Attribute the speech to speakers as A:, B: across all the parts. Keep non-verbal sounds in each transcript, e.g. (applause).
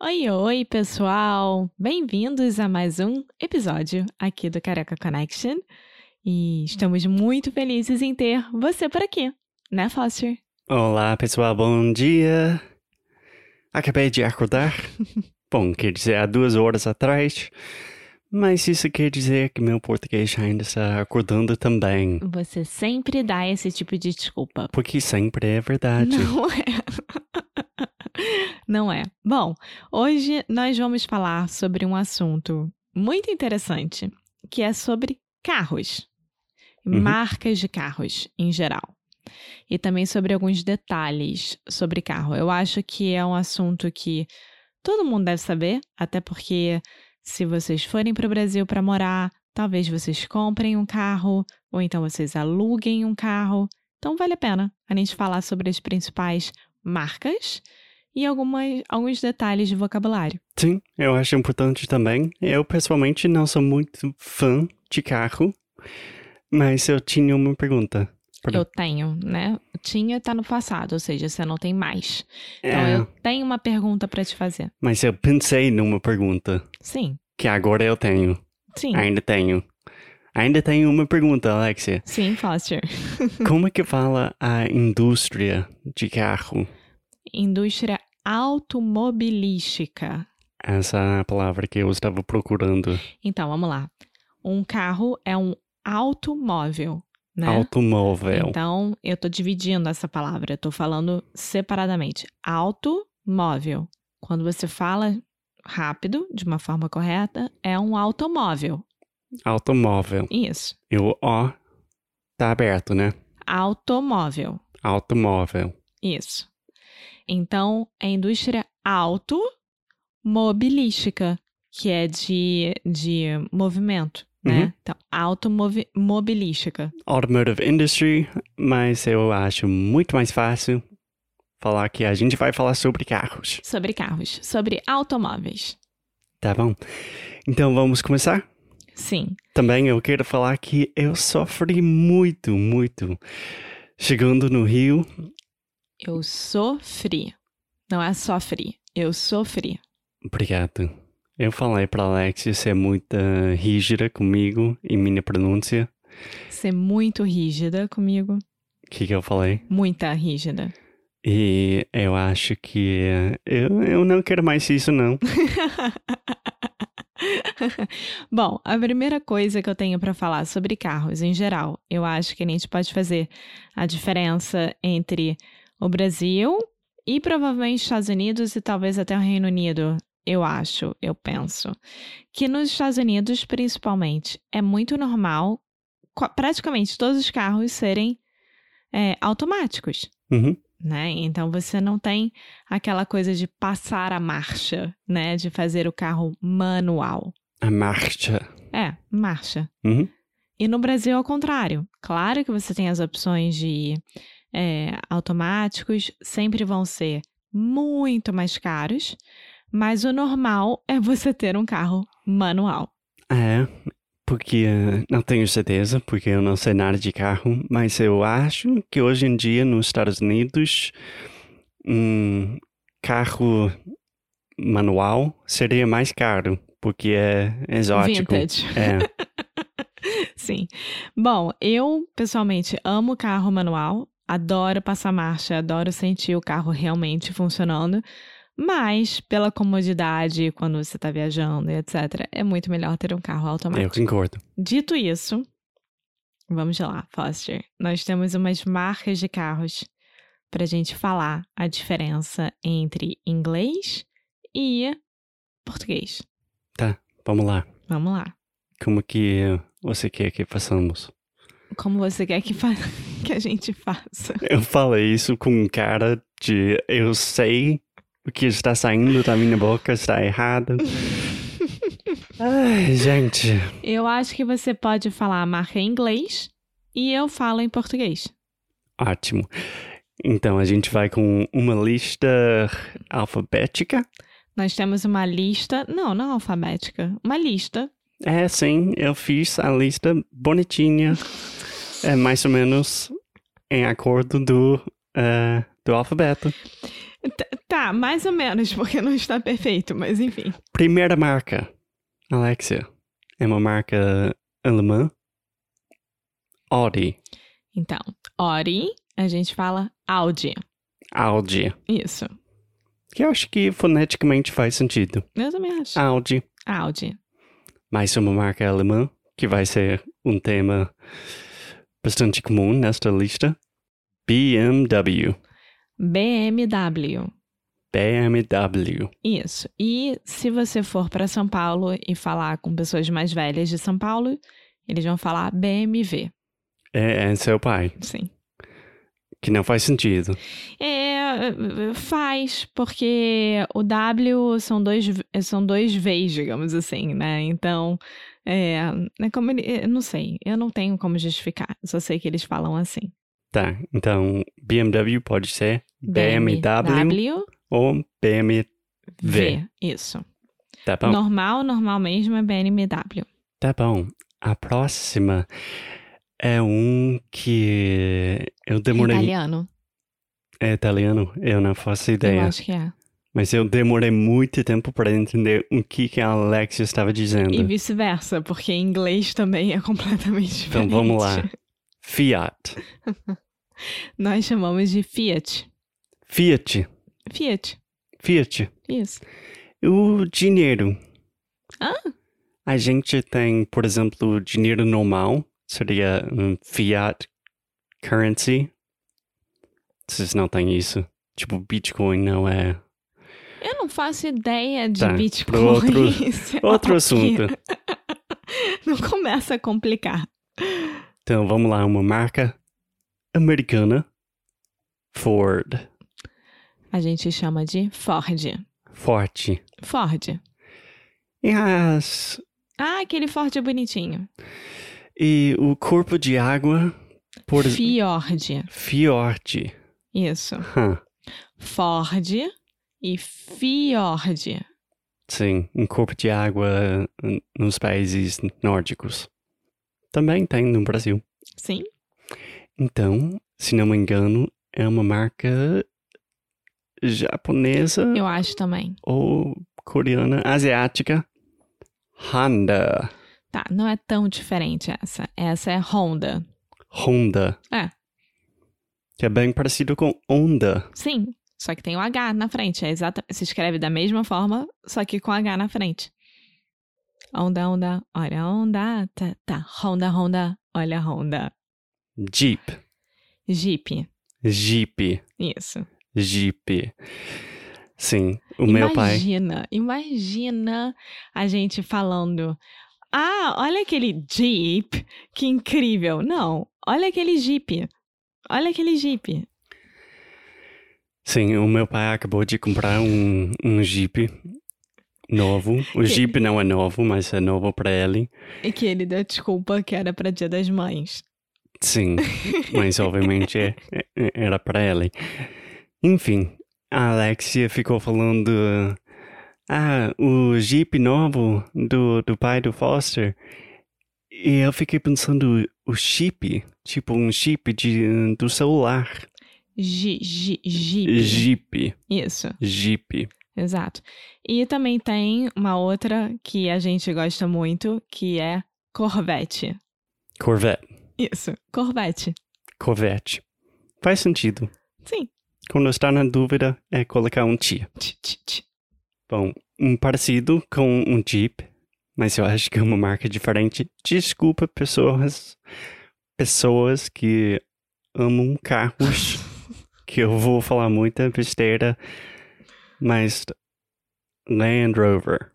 A: Oi, oi, pessoal! Bem-vindos a mais um episódio aqui do Careca Connection. E estamos muito felizes em ter você por aqui, né, Foster?
B: Olá, pessoal, bom dia! Acabei
A: (laughs)
B: de acordar. Bom, quer dizer, há duas horas atrás. Mas isso quer dizer que meu português ainda está acordando também.
A: Você sempre dá esse tipo de desculpa.
B: Porque sempre é verdade.
A: Não é. Não é. Bom, hoje nós vamos falar sobre um assunto muito interessante, que é sobre carros,
B: Uhum.
A: marcas de carros em geral. E também sobre alguns detalhes sobre carro. Eu acho que é um assunto que todo mundo deve saber, até porque se vocês forem para o Brasil para morar, talvez vocês comprem um carro ou então vocês aluguem um carro. Então vale a pena a gente falar sobre as principais marcas e algumas, alguns detalhes de vocabulário.
B: Sim, eu acho importante também. Eu, pessoalmente, não sou muito fã de carro. Mas eu tinha uma pergunta. Perdão.
A: Eu tenho, né? Tinha tá no passado, ou seja, você não tem mais. Então
B: É,
A: eu tenho uma pergunta para te fazer.
B: Mas eu pensei numa pergunta
A: Sim,
B: que agora eu tenho.
A: sim,
B: Ainda tenho. Ainda tenho uma pergunta, Alexia.
A: sim, Foster.
B: Como é que fala a indústria de carro?
A: Indústria automobilística.
B: Essa é a palavra que eu estava procurando.
A: Então, vamos lá. Um carro é um automóvel, né?
B: Automóvel.
A: Então, eu tô dividindo essa palavra, eu tô falando separadamente. Automóvel. Quando você fala rápido, de uma forma correta, é um automóvel.
B: Automóvel.
A: Isso.
B: E o O tá aberto, né?
A: Automóvel.
B: Automóvel.
A: Isso. Então, é indústria automobilística, que é de, de movimento, né?
B: Uhum.
A: Então, automobilística.
B: Automotive Industry, mas eu acho muito mais fácil falar que a gente vai falar sobre carros,
A: Sobre carros, sobre automóveis.
B: tá bom? Então vamos começar?
A: Sim.
B: Também eu quero falar que eu sofri muito, muito chegando no Rio.
A: Eu sofri. Não é sofri. Eu sofri.
B: Obrigado. Eu falei para Alexia ser muito eh, rígida comigo e minha pronúncia.
A: Ser muito rígida comigo.
B: O que, que eu falei?
A: Muita rígida.
B: E eu acho que eh, eu, eu não quero mais isso, não.
A: Bom, a primeira coisa que eu tenho para falar sobre carros em geral, eu acho que a gente pode fazer a diferença entre o Brasil e provavelmente Estados Unidos e talvez até o Reino Unido. Eu acho, eu penso, que nos Estados Unidos, principalmente, é muito normal qua- praticamente todos os carros serem é, automáticos
B: Uhum.
A: né? Então você não tem aquela coisa de passar a marcha, né? De fazer o carro manual.
B: A marcha.
A: É, marcha.
B: Uhum.
A: E no Brasil, ao contrário. Claro que você tem as opções de é, automáticos, sempre vão ser muito mais caros, mas o normal é você ter um carro manual.
B: É, porque eh, não tenho certeza, porque eu não sei nada de carro, mas eu acho que hoje em dia nos Estados Unidos, um carro manual seria mais caro, porque é exótico.
A: Vintage.
B: É,
A: Sim. Bom, eu pessoalmente amo carro manual, adoro passar marcha, adoro sentir o carro realmente funcionando, mas pela comodidade quando você tá está viajando e etc, (laughs) é muito melhor ter um carro
B: eu
A: automático.
B: concordo.
A: Dito isso, Vamos lá, Foster. Nós temos umas marcas de carros para gente falar a diferença entre inglês e português.
B: Tá, vamos lá.
A: Vamos lá.
B: Como que você quer que façamos?
A: Como você quer que, fa... (laughs) que a gente faça?
B: Eu falei isso com um cara de eu sei o que está saindo da minha boca está errado. Ai, gente.
A: Eu acho que você pode falar a marca em inglês e eu falo em português.
B: Ótimo. Então a gente vai com uma lista alfabética.
A: Nós temos uma lista. Não, não alfabética. Uma lista.
B: É, sim, eu fiz a lista bonitinha. é mais ou menos em acordo do, uh, do alfabeto.
A: T- tá, mais ou menos, (laughs) porque não está perfeito, mas enfim.
B: Primeira marca, Alexia. É uma marca alemã. Audi.
A: Então, Audi, a gente fala Audi.
B: Audi.
A: Isso.
B: Que eu acho que foneticamente faz sentido.
A: Eu também acho.
B: Audi.
A: Audi.
B: Mais uma marca alemã, que vai ser um tema bastante comum nesta lista. BMW.
A: BMW.
B: BMW.
A: Isso. E se você for para São Paulo e falar com pessoas mais velhas de São Paulo, eles vão falar BMW.
B: É, é seu pai.
A: Sim.
B: Que não faz sentido.
A: É, faz, porque o W são dois, são dois Vs, digamos assim, né? Então, é, é como ele, não sei, eu não tenho como justificar, só sei que eles falam assim.
B: Tá, então BMW pode ser BMW,
A: W,
B: ou BMW.
A: V, isso.
B: Tá bom,
A: Normal, normal mesmo é BMW.
B: tá bom. A próxima é um que eu demorei.
A: Italiano,
B: É italiano? Eu não faço
A: eu
B: ideia.
A: acho que é.
B: Mas eu demorei muito tempo para entender o que, que a Alexia estava dizendo.
A: E vice-versa, porque em inglês também é completamente diferente.
B: Então vamos lá. Fiat.
A: Nós chamamos de Fiat.
B: Fiat.
A: Fiat,
B: Fiat.
A: isso.
B: O dinheiro.
A: Ah.
B: A gente tem, por exemplo, o dinheiro normal, seria um fiat currency. Vocês não têm isso. Tipo, Bitcoin não é.
A: Eu não faço ideia de
B: Tá,
A: Bitcoin.
B: pro
A: (laughs)
B: outro-
A: sei lá
B: Outro
A: o quê.
B: assunto.
A: Não começa a complicar.
B: Então vamos lá, uma marca americana. Ford.
A: A gente chama de Ford.
B: Forte.
A: Ford.
B: E, as...
A: Ah, aquele Ford é bonitinho.
B: e o corpo de água. Por...
A: Fiord.
B: Fiord.
A: Isso.
B: Hã,
A: Ford e Fiord.
B: Sim, um corpo de água eh, nos países nórdicos. Também tem no Brasil.
A: Sim.
B: Então, se não me engano, é uma marca japonesa
A: Eu acho também.
B: ou coreana, asiática. Honda.
A: Tá, não é tão diferente essa. Essa é Honda.
B: Honda.
A: É.
B: Que é bem parecido com Honda.
A: Sim. Só que tem o H na frente. É exata... Se escreve da mesma forma, só que com H na frente. Onda, onda, olha a onda. Tá, tá. Honda, Honda, olha a Honda.
B: Jeep.
A: Jeep.
B: Jeep.
A: Isso.
B: Jeep. Sim, o meu pai.
A: Imagina, imagina a gente falando. Ah, olha aquele Jeep, que incrível. Não, olha aquele Jeep. Olha aquele Jeep.
B: Sim, o meu pai acabou de comprar um, um Jeep novo. O Jeep não é novo, mas é novo para ele.
A: E que ele deu desculpa que era para Dia das Mães.
B: Sim, mas obviamente é- é- era para ele. Enfim, a Alexia ficou falando: Ah, o Jeep novo do, do pai do Foster. E eu fiquei pensando: o chip, tipo um chip de, do celular.
A: Ji- ji- Jeep.
B: Jeep,
A: Isso,
B: Jeep.
A: exato. E também tem uma outra que a gente gosta muito, que é Corvette.
B: Corvette,
A: Isso, Corvette.
B: Corvette. Faz sentido.
A: Sim.
B: Quando está na dúvida, é colocar um tia.
A: Tch, tch, tch.
B: Bom, um parecido com um Jeep, mas eu acho que é uma marca diferente. Desculpa, pessoas. pessoas que amam carros, que eu vou falar muita besteira, mas Land Rover.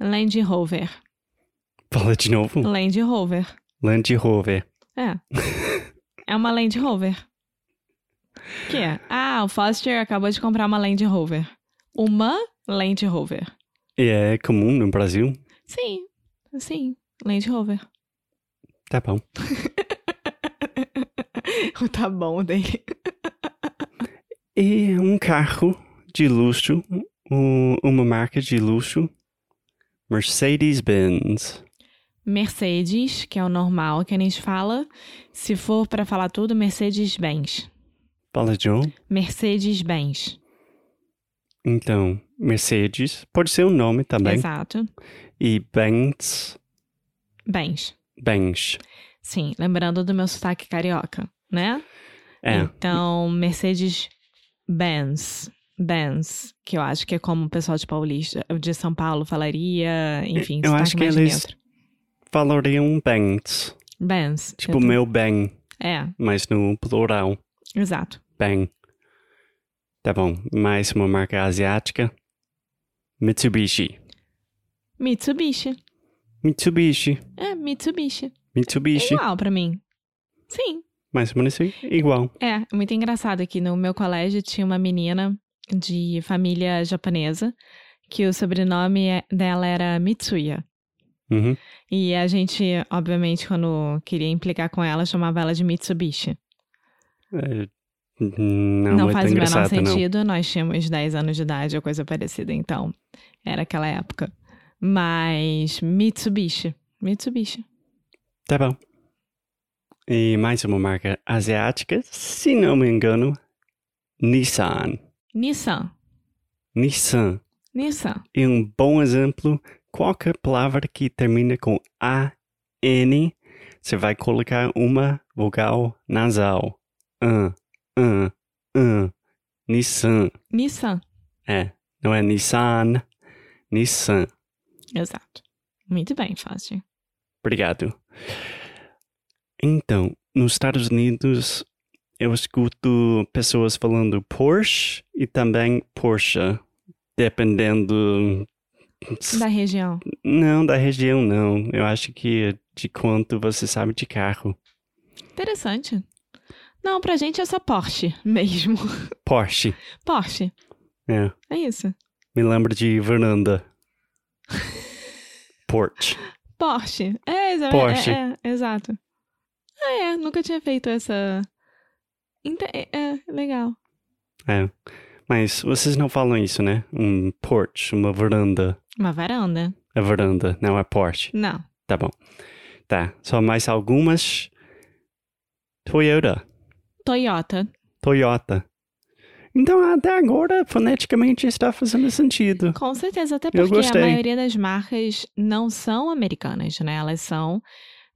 A: Land Rover.
B: Fala de novo.
A: Land Rover.
B: Land Rover.
A: É. É uma Land Rover. Que é? Ah, o Foster acabou de comprar uma Land Rover. Uma Land Rover.
B: E é comum no Brasil?
A: Sim, sim, Land Rover.
B: Tá bom.
A: O (laughs) tá bom dele.
B: E um carro de luxo, um- uma marca de luxo, Mercedes-Benz.
A: Mercedes, que é o normal que a gente fala. Se for pra falar tudo, Mercedes-Benz.
B: Fala, Joe.
A: Mercedes-Benz.
B: Então, Mercedes pode ser um nome também.
A: Exato.
B: E Benz,
A: Bens.
B: Benz.
A: Sim, lembrando do meu sotaque carioca, né?
B: É,
A: Então, Mercedes-Benz. Benz, que eu acho que é como o pessoal de Paulista, de São Paulo falaria, enfim,
B: Eu
A: sotaque
B: acho que
A: mais de
B: eles-
A: dentro.
B: falariam Benz.
A: Benz.
B: Tipo, meu bem,
A: É,
B: mas no plural,
A: exato.
B: bem. Tá bom, mais uma marca asiática. Mitsubishi.
A: Mitsubishi.
B: Mitsubishi.
A: É, Mitsubishi. É
B: Mitsubishi.
A: igual pra mim. Sim.
B: Mais ou menos igual.
A: É, muito engraçado que no meu colégio tinha uma menina de família japonesa que o sobrenome é- dela era Mitsuya.
B: Uhum.
A: E a gente, obviamente, quando queria implicar com ela, chamava ela de Mitsubishi.
B: É, não,
A: não
B: é tão
A: faz o menor
B: engraçado, não.
A: sentido, nós tínhamos 10 anos de idade ou coisa parecida, então era aquela época. Mas Mitsubishi, Mitsubishi.
B: Tá bom. E mais uma marca asiática, se não me engano, Nissan.
A: Nissan,
B: Nissan
A: Nissan.
B: é um bom exemplo. Qualquer palavra que termina com A-N, você vai colocar uma vogal nasal. An, an, an. Nissan.
A: Nissan,
B: É, não é Nissan, Nissan.
A: exato. Muito bem, Fácil.
B: Obrigado. Então, nos Estados Unidos, eu escuto pessoas falando Porsche e também Porsche, dependendo.
A: Da região.
B: Não, da região, não. Eu acho que de quanto você sabe de carro.
A: Interessante. Não, pra gente é só Porsche (laughs) mesmo.
B: Porsche.
A: Porsche,
B: É,
A: é isso.
B: me lembro de Fernanda. Porsche.
A: Porsche. É, exa- é,
B: Porsche.
A: é, é, exato. Ah, é, nunca tinha feito essa. Inte- é, é, legal.
B: É. Mas vocês não falam isso, né? Um Porsche, uma varanda.
A: Uma varanda?
B: É varanda, não é Porsche.
A: Não.
B: Tá bom. Tá, só mais algumas. Toyota.
A: Toyota.
B: Toyota. Então, até agora, foneticamente está fazendo sentido.
A: Com certeza, até
B: Eu
A: porque a
B: gostei.
A: maioria das marcas não são americanas, né? Elas são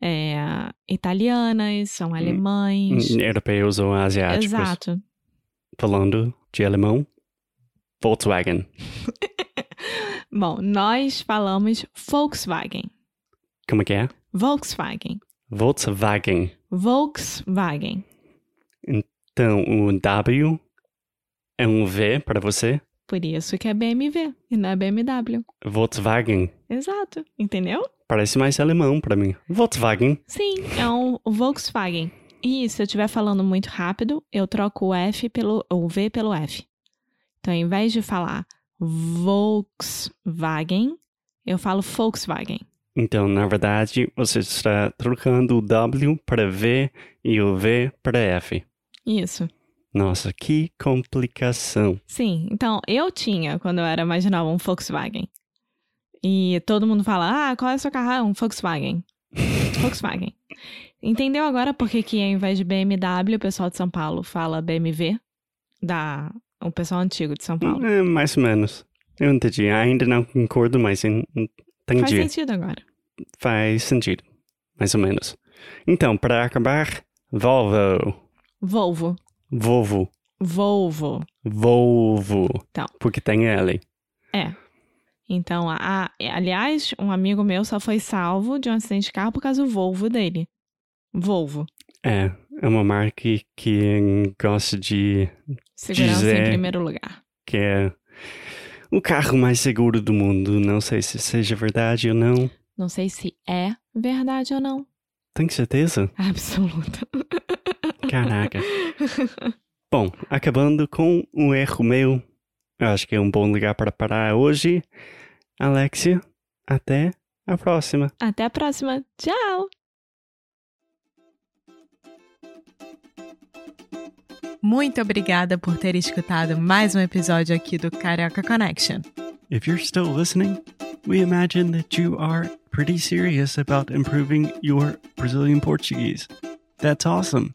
A: é, italianas,
B: Hum,
A: são alemães.
B: Europeus ou asiáticos.
A: Exato.
B: Falando de alemão, Volkswagen.
A: Bom, nós falamos Volkswagen.
B: Como é que é?
A: Volkswagen.
B: Volkswagen.
A: Volkswagen.
B: Então, o W é um V para você.
A: Por isso que é BMW e não é BMW.
B: Volkswagen.
A: Exato. Entendeu?
B: Parece mais alemão para mim. Volkswagen.
A: Sim, é um Volkswagen. E se eu estiver falando muito rápido, eu troco o F pelo o V pelo F. Então, ao invés de falar Volkswagen, eu falo Volkswagen.
B: Então, na verdade, você está trocando o W para V e o V para F.
A: Isso.
B: Nossa, que complicação.
A: Sim. Então, eu tinha, quando eu era mais nova, um Volkswagen. E todo mundo fala: Ah, qual é o seu carro? Ah, um
B: (laughs)
A: Volkswagen. Volkswagen. Entendeu agora por que, que ao invés de BMW, o pessoal de São Paulo fala BMW? Da, o pessoal antigo de São Paulo.
B: É, mais ou menos. Eu entendi. Ainda não concordo, mas en-
A: Faz
B: Hum, entendi.
A: sentido agora.
B: Faz sentido. Mais ou menos. Então, para acabar, Volvo.
A: Volvo.
B: Volvo.
A: Volvo.
B: Volvo.
A: Então.
B: Porque tem L.
A: Então, a, a- aliás, um amigo meu só foi salvo de um acidente de carro por causa do Volvo dele. Volvo.
B: É, é uma marca que gosta de
A: Segurança em
B: Dizer-
A: primeiro lugar.
B: que é o carro mais seguro do mundo. Não sei se seja verdade ou não.
A: Não sei se é verdade ou não.
B: Tem certeza?
A: (laughs) Absoluta.
B: Caraca. Bom, acabando com um erro meu, eu acho que é um bom lugar para parar hoje. Alexia, até a próxima.
A: (laughs) Até a próxima. Tchau!
C: Muito obrigada por ter escutado mais um episódio aqui do Carioca Connection.
B: If you're still listening, we imagine that you are pretty serious about improving your Brazilian Portuguese. That's awesome.